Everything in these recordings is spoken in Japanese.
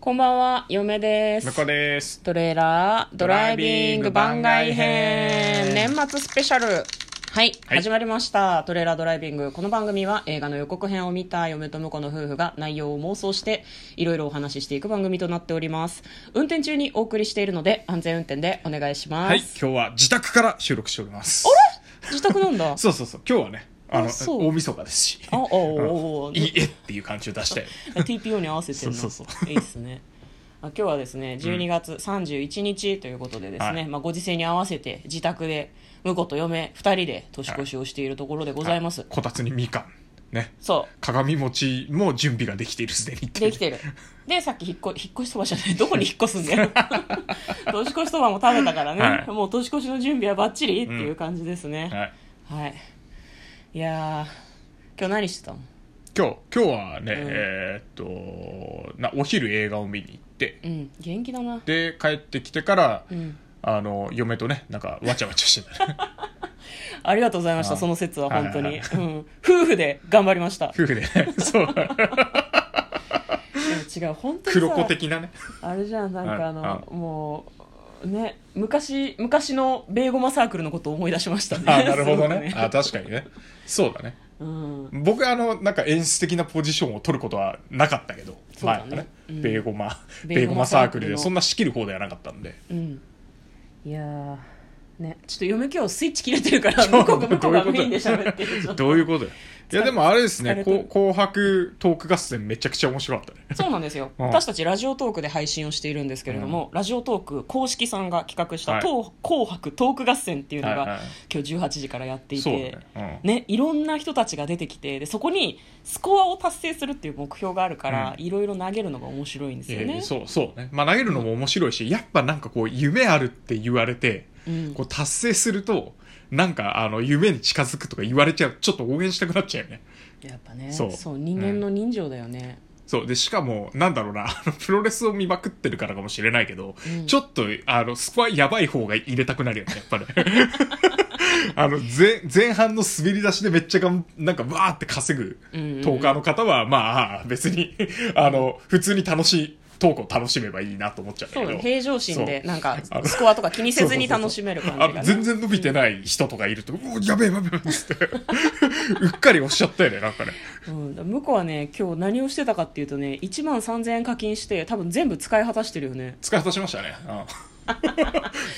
こんばんは、嫁です向。こうですトレーラードライビング番外編ドライビン年グ末スペシャル。はい、はい始まりました。トレーラードライビング。この番組は映画の予告編を見た嫁と婿の夫婦が内容を妄想していろいろお話ししていく番組となっております。運転中にお送りしているので安全運転でお願いします。はい今日は自宅から収録しております自宅なんだ。そうそうそう今日はねあのあそう大晦日ですしあおうおうおううんいいえっていう感じを出したよ TPO に合わせてんのそうそういいっすねあ今日はですね12月31日ということでですね、はいまあ、ご時世に合わせて自宅で婿と嫁2人で年越しをしているところでございます、こたつにみかんねそ鏡餅も準備ができているすでにうできてるでさっき引っ越引っ越しそばじゃないどこに引っ越すんだ よ年越しそばも食べたからね、はいもう年越しの準備はバッチリっていう感じですね、はいはいいやー今日何してたの今日今日はね、んえーっとなお昼映画を見に行ってうん元気だなで帰ってきてから、うんあの嫁とねなんかわちゃわちゃしてた ありがとうございましあた、ーその説は本当はいに。はうん夫婦で頑張りました。で夫婦でね そうも違う、本当黒子にさ、的なねあれじゃん、なんはいかあはの、もう、ね、昔、昔のベーゴマサークルのことを思い出しましたね。あなるほどすごくねあ確かにねそうだねうん。僕あのなんか演出的なポジションを取ることはなかったけどそうだね前はうんベーゴマベベーーゴゴママササーーククルルのでそんな仕切る方ではなかったんでうん。いやー、ね、ちょっと嫁今日スイッチ切れてる から、どうい向うこことうが向こうがメインで喋ってる。 どういうことよいやでもあれです疲れね「てるこう紅白トーク合戦」めちゃくちゃ面白かったねそうなんですよ、うん私たちラジオトークで配信をしているんですけれども、ラジオトーク公式さんが企画した、はいとう紅白トーク合戦っていうのが、はいはい今日18時からやっていそうだてね、うんね、いろんな人たちが出てきてでそこにスコアを達成するっていう目標があるから、ういろいろ投げるのが面白いんですよえねー。そうそうね、まあ、投げるのも面白いし、やっぱなんかこう夢あるって言われて、うんこう達成するとなんかあの夢に近づくとか言われちゃうちょっと応援したくなっちゃうよねやっぱねそそうう人間の人情だよね、そうでしかもなんだろうな あのプロレスを見まくってるからかもしれないけど、うんちょっとあのスコアやばい方が入れたくなるよねやっぱり あの前前半の滑り出しでめっちゃがんなんかわーって稼ぐうんうんうんトーカーの方は、まあ別に あの普通に楽しいトークを楽しめばいいなと思っちゃうんだそうけだねど平常心でそうなんかあのスコアとか気にせずに楽しめる感じが、ね、あの全然伸びてない人とかいると、うおやべえやべえやべえっつって うっかりおっしちゃったよねなんかねうん、向こうはね今日何をしてたかっていうとね1万3000円課金して多分全部使い果たしてるよね使い果たしましたね、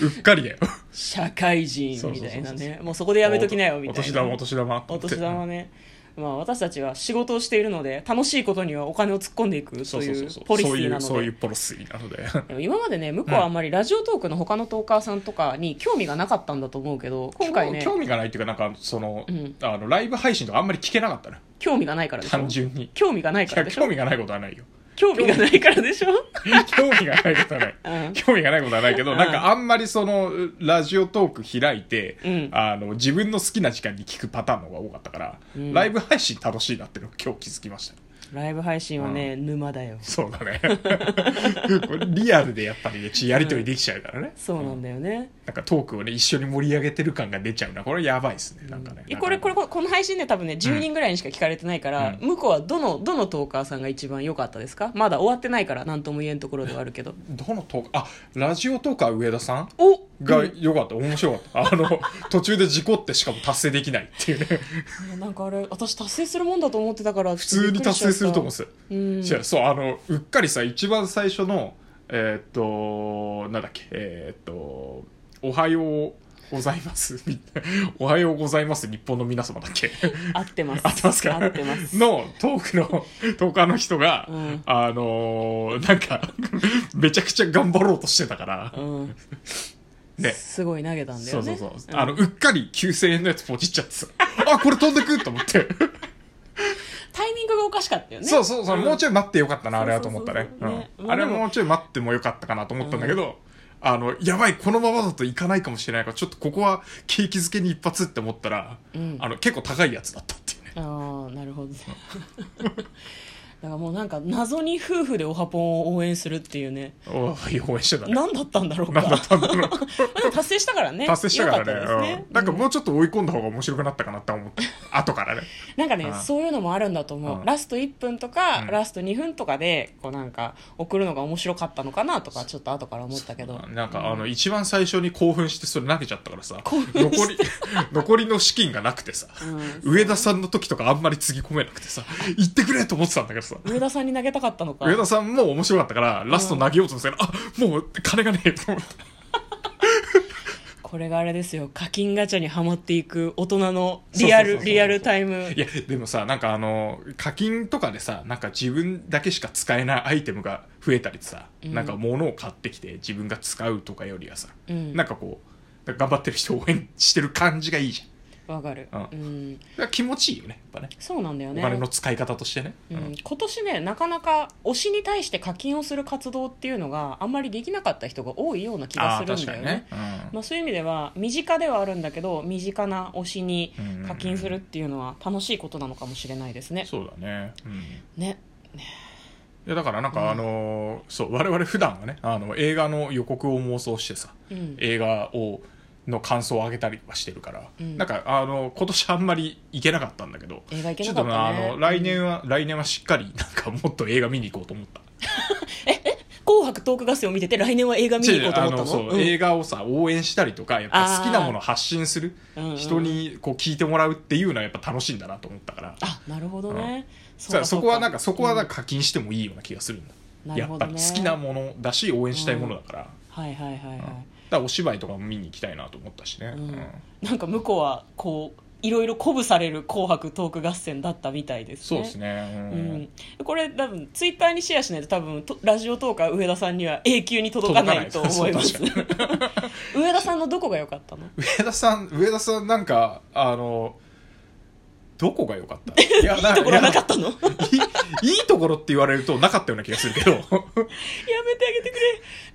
うんうっかりだよ社会人そうみそうたそいうなそうねもうそこでやめときなよみたいなお年玉お年玉とお思って年玉ね、まあ、私たちは仕事をしているので楽しいことにはお金を突っ込んでいくそとうそういそううそうポリシーなそういうので。そういうポリシーなのででも今までね向こうはあんまりラジオトークの他のトーカーさんとかに興味がなかったんだと思うけど今回ね 興興味がないっていうかなんかその,、うんあのライブ配信とかあんまり聞けなかったな興味がないからでしょ単純にい興味がないからやでしょ興味がないことはないよ 興味がないからでしょ、興味がないことはない うん、興味がないことはないけど、うんなんかあんまりそのラジオトーク開いて、うんあの自分の好きな時間に聞くパターンの方が多かったから、うんライブ配信楽しいなっていうのを今日気づきましたライブ配信はね、沼だよそうだね これリアルでやっぱりねちやりとりできちゃうからね、そうなんだよね、なんかトークをね一緒に盛り上げてる感が出ちゃうなこれやばいですねなんかね、えこれこれここの配信で多分ね10人ぐらいにしか聞かれてないから、向こうはどのどのトーカーさんが一番良かったですかまだ終わってないから何とも言えんところではあるけどどのトークあラジオトーカー上田さんおが良かった、面白か ったあの途中で事故ってしかも達成できないっていうねなんかあれ私達成するもんだと思ってたから普普通に達成すると思うんですよ、うん違うそうあのうっかりさ一番最初のえーっとなんだっけえーっと「おはようございます」み たいなおはようございます日本の皆様」だっけ合ってます合ってますか合ってますのトークのトーカーの人が、うんあのーなんかめちゃくちゃ頑張ろうとしてたから、うんね すごい投げたんだそようそねうそう、あのうっかり9000円のやつポチっちゃってさあこれ飛んでくと思って、タイミングがおかしかったよねそうそうそう、もうちょい待ってよかったなあれはとそうそう思っそうたそねうねうんまああれはでももうちょい待ってもよかったかなと思ったんだけど、あのやばいこのままだといかないかもしれないからちょっとここは景気づけに一発って思ったら、うん あの結構高いやつだったっていうねああなるほどねだからもうなんか謎に夫婦でオハポンを応援するっていうねお い応援してたね何だったんだろうかなんだったんだろうなんか 達成したからね達成したからね良かったですねうん、なんかもうちょっと追い込んだ方が面白くなったかなって思って後からねなんかね、うんそういうのもあるんだと思う、うんラスト1分とか、うんラスト2分とかでこうなんか送るのが面白かったのかなとかちょっと後から思ったけどなんかあの一番最初に興奮してそれ投げちゃったからさ興奮残り 残りの資金がなくてさうん上田さんの時とかあんまりつぎ込めなくてさ行ってくれと思ってたんだけどさ上田さんに投げたかったのか上田さんも面白かったからラスト投げようとしたら、あもう金がねえと思ってこれがあれですよ課金ガチャにはまっていく大人のリアそうルそうそうそうリアルタイムいやでもさなんかあの課金とかでさなんか自分だけしか使えないアイテムが増えたりさ、うんなんか物を買ってきて自分が使うとかよりはさ、うんなんかこう頑張ってる人を応援してる感じがいいじゃんわかる、ううんだから気持ちいいよねやっぱねそうなんだよおね金の使い方としてね、ううんん、今年ねなかなか推しに対して課金をする活動っていうのがあんまりできなかった人が多いような気があすある確んかだによねね、うんまあ、そういう意味では身近ではあるんだけど身近な推しにうん課金するっていうのは楽しいことなのかもしれないですね。そうだね、うんねいやだからなんか、あのーそう我々普段はねあの映画の予告を妄想してさ、うん映画をの感想を上げたりはしてるから、うんなんかあの今年あんまり行けなかったんだけど映画行けちょなかっっとまあたあねの来年は、来年はしっかりなんかもっと映画見に行こうと思った「紅白トーク合戦」を見てて来年は映画見に行こうと思ったの違う違うあのそうう、ん映画をさ応援したりとかやっぱ好きなものを発信するあーうんうん人にこう聞いてもらうっていうのはやっぱ楽しいんだなと思ったからあなるほどね、うそかそうこはなんかそこはなんか課金してもいいような気がするんうだ、んなるやっほぱどりね好きなものだし応援したいものだから、はいはいはいはい、だからお芝居とかも見に行きたいなと思ったしね、うんうんなんか向こうはこういろいろ鼓舞される「紅白トーク合戦」だったみたいですねそうですねううんん、これ多分ツイッターにシェアしないと多分とラジオトーカー上田さんには永久に届かないと思い ます届上田さんのどこが良かったの上田さん上田さんなんかあのどこが良かっ たいやいいところなかったのやめていいいところって言われるとなかったような気がするけどあげてく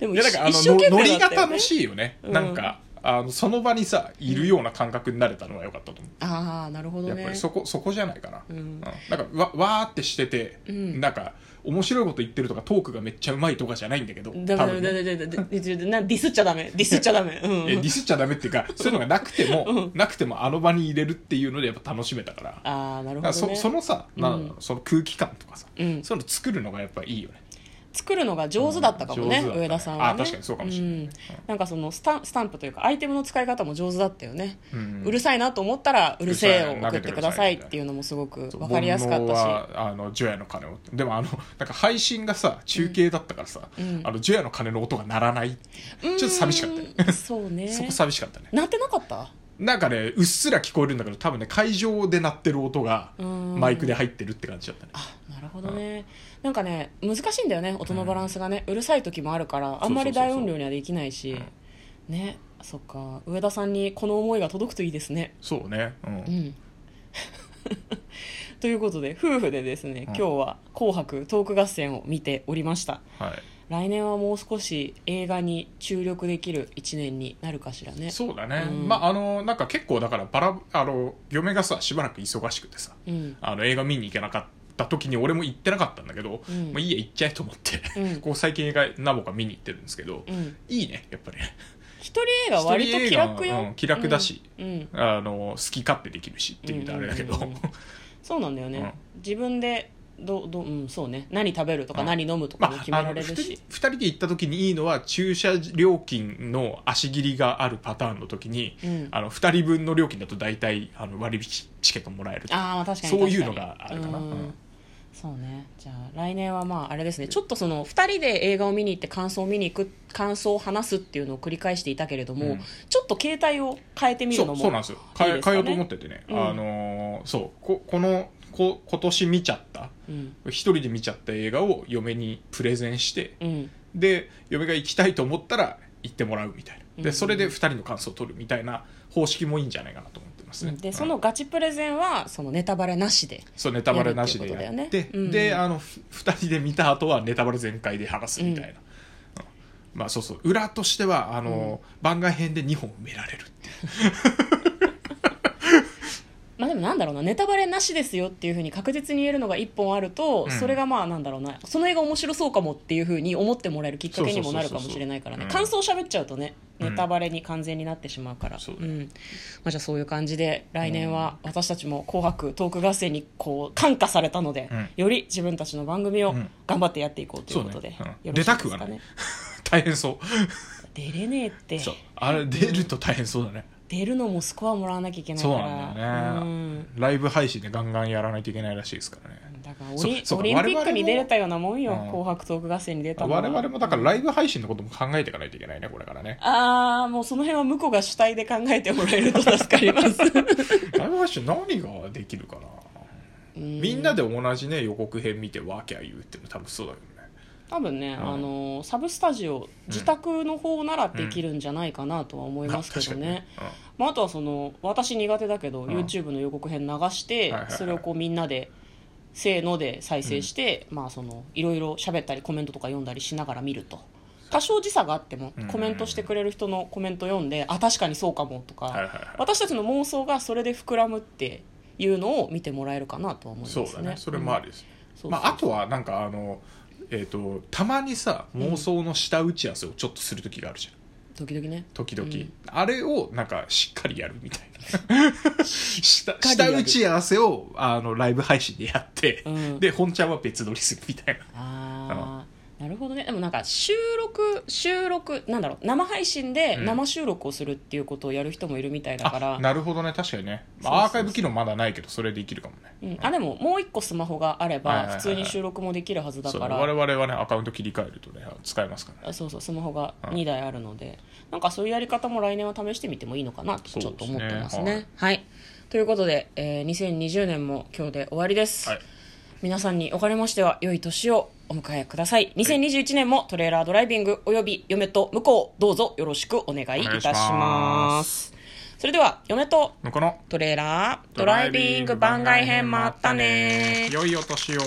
れでもい一やなんかあ一生懸のノ命だリったがよ、ね、楽しいよね、うんなんかあのその場にさいるような感覚になれたのは良かったと思うああなるほどやねっぱりそこそこじゃないかな、うんなんかわわーってしてて、うんなんか面白いこと言ってるとかトークがめっちゃうまいとかじゃないんだけどだ多めだめ分だめねだめだめだめなディスっちゃダメディスっちゃダ メうえディんスっちゃダメってい うかそういうのがなくても、うんなくてもあの場に入れるっていうのでやっぱ楽しめたからああなるだほかど、らね、そそのさ、なんだろうその空気感とかさ、うんそういうの作るのがやっぱいいよね作るのが上手だったかもね、うん上手だったね上田さんは、ね、あ確かにそうかもしれないんなんかそのスタンスタンプというかアイテムの使い方も上手だったよね、ううんるさいなと思ったら「うるせえ」うるさいを送ってくださいっていうのもすごく分かりやすかった煩し悩はあの除夜の鐘をでもあのなんか配信がさ中継だったからさ、あの除夜の鐘の音が鳴らないちょっと寂しかったよねうんそうねそこ寂しかったねなってなかったなんかねうっすら聞こえるんだけど多分ね会場で鳴ってる音がうんマイクで入ってるって感じだったねあなるほどね、なんかね難しいんだよね音のバランスがね、うるさい時もあるからあんまり大音量にはできないしねそっか上田さんにこの思いが届くといいですねそうねうん、うん ということで夫婦でですね、う今ん日は「紅白トーク合戦」を見ておりましたはい来年はもう少し映画に注力できる1年になるかしらねそうだね、うんまああのなんか結構だからバラあの嫁がさしばらく忙しくてさうんあの映画見に行けなかった時に俺も行ってなかったんだけど、うんもういいや行っちゃえと思って、 うんこう最近映画何本か見に行ってるんですけど、うんいいねやっぱり、ね、一人映画は割と気楽よ、一人映画はうん気楽だしうんうんあの好き勝手できるしっていう意味であれだけど、うんうんうんうんそうなんだよね、自分でどど、うん、そうね何食べるとかうん何飲むとか もまあ決、めあらのれる2人し、二人で行った時にいいのは駐車料金の足切りがあるパターンの時に、うんあの2人分の料金だと大体あの割引チケットもらえるああまあ確かにそういう確のにがあるかなうんうんそうねじゃあ来年はまああれですねちょっとその2人で映画を見に行って感想を見に行く感想を話すっていうのを繰り返していたけれども、うんちょっと携帯を変えてみるそのうもそうなんですよ変えいいですか変ねえようと思っててね、うんあのーそうここのこ今年見ちゃったうん一人で見ちゃった映画を嫁にプレゼンしてうんで嫁が行きたいと思ったら行ってもらうみたいなうんでそれで2人の感想を取るみたいな方式もいいんじゃないかなと思ってますね、でうんそのガチプレゼンはそのネタバレなしでそうネタバレなしでやってやるっていうことだよねうんであのふ2人で見た後はネタバレ全開で話すみたいな、うんまあそうそう裏としてはあの、番外編で2本埋められるっていうまあでもなんだろうなネタバレなしですよっていうふうに確実に言えるのが1本あると、うんそれがまあなんだろうなその映画面白そうかもっていうふうに思ってもらえるきっかけにもなるかもしれないからねそうそ感う想喋っちゃうとねうんネタバレに完全になってしまうから、そううんまあ、じゃあそういう感じで来年は私たちも「紅白」トーク合戦にこう感化されたので、うんより自分たちの番組を頑張ってやっていこうということで、そうねうんよろしいですか出たくはない大変そう出れねえってそうあれ出ると大変そうだね出るのもスコアもらわなきゃいけないかそうらなんだよねライブ配信でガンガンやらないといけないらしいですからねうんだからオそうリそうオかリンピックに出れたようなもんよ我々も「紅白トーク合戦」に出たのは我々もだからライブ配信のことも考えていかないといけないねこれからねああもうその辺は向こうが主体で考えてもらえると助かります ライブ配信何ができるかなみみんなで同じね予告編見てワーキャー言うっても楽しそうだけどね多分ね、んあのサブスタジオ自宅の方ならできるんじゃないかなとは思いますけどね、確かにねまあ、あとはその私苦手だけど、ん YouTube の予告編流して、はいはいはいそれをこうみんなでせーので再生して、まあそのいろいろ喋ったりコメントとか読んだりしながら見ると多少時差があってもうんコメントしてくれる人のコメント読んで、あ確かにそうかもとか、はいはいはい私たちの妄想がそれで膨らむっていうのを見てもらえるかなとは思いますうねんそうだねそれもありですねうんそうまあ、あとはなんかあのえっ、とたまにさ妄想の下打ち合わせをちょっとする時があるじゃん時々ね時々、うんあれをなんかしっかりやるみたい な下かりや下る打ち合わせをあのライブ配信でやって、うんで本ちゃんは別撮りするみたいなああなるほどねでもなんか収録収録なんだろう生配信でうん生収録をするっていうことをやる人もいるみたいだから、あなるほどね確かにね、そうそうそまあうアーカイブ機能まだないけどそれでいけるかもねうん、あでももう一個スマホがあれはいはばいはいは普通いに収録もできるはずだそうか我ら、々はねアカウント切り替えるとね使えますからねあそうそうスマホがうん2台あるので、なんかそういうやり方も来年は試してみてもいいのかなとちょっと思ってますそうですねねはい、ということで、えー2020年も今日で終わりです、はい皆さんにおかれましては良い年をお迎えください2021年もトレーラードライビングおよび嫁と向こうどうぞよろしくお願いいたしお願いしまますそれでは嫁と向こうのトレーラードライビング番外編もあったね良いお年を